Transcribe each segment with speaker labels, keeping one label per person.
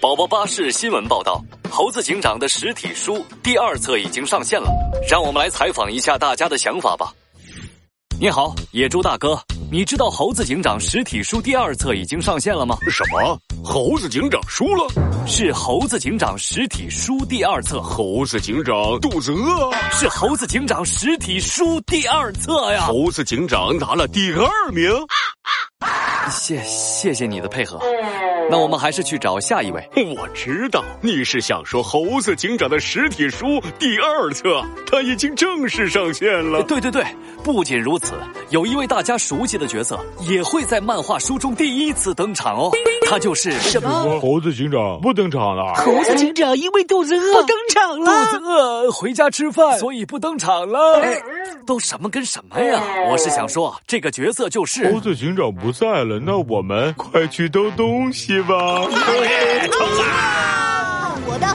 Speaker 1: 宝宝巴士新闻报道，猴子警长的实体书第二册已经上线了，让我们来采访一下大家的想法吧。你好，野猪大哥，你知道猴子警长实体书第二册已经上线了吗？
Speaker 2: 什么？猴子警长输了？
Speaker 1: 是猴子警长实体书第二册，
Speaker 2: 猴子警长肚子饿啊？
Speaker 1: 是猴子警长实体书第二册呀！
Speaker 2: 猴子警长拿了第二名？
Speaker 1: 谢谢谢你的配合，那我们还是去找下一位。
Speaker 2: 我知道你是想说猴子警长的实体书第二册，它已经正式上线 了。
Speaker 1: 对对对，不仅如此，有一位大家熟悉的角色也会在漫画书中第一次登场哦，他就是
Speaker 3: 什么？
Speaker 4: 猴子警长不登场了。
Speaker 3: 猴子警长因为肚子饿不登场
Speaker 1: 肚
Speaker 3: 了
Speaker 1: 子。饿，回家吃饭，所以不登场了。都什么跟什么呀？我是想说，这个角色就是
Speaker 4: 猴子警长不在了，那我们快去偷东西吧！
Speaker 5: 我的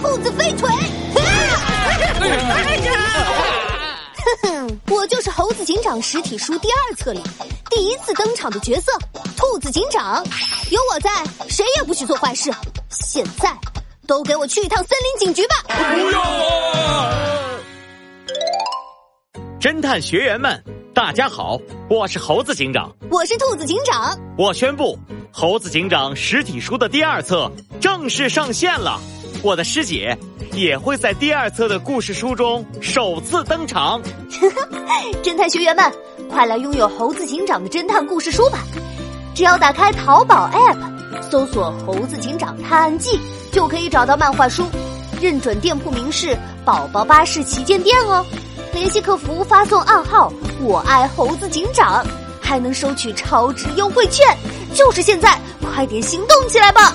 Speaker 5: 兔子飞腿！哼哼，我就是《猴子警长》实体书第二册里第一次登场的角色——兔子警长。有我在，谁也不许做坏事。现在，都给我去一趟森林警局吧！
Speaker 6: 侦探学员们，大家好，我是猴子警长。
Speaker 5: 我是兔子警长，
Speaker 6: 我宣布，《猴子警长》实体书的第二册正式上线了。我的师姐也会在第二册的故事书中首次登场。
Speaker 5: 侦探学员们，快来拥有《猴子警长》的侦探故事书吧！只要打开淘宝 App，搜索“猴子警长探案记”，就可以找到漫画书。认准店铺名是“宝宝巴士旗舰店”哦。联系客服发送暗号“我爱猴子警长”，还能收取超值优惠券。就是现在，快点行动起来吧！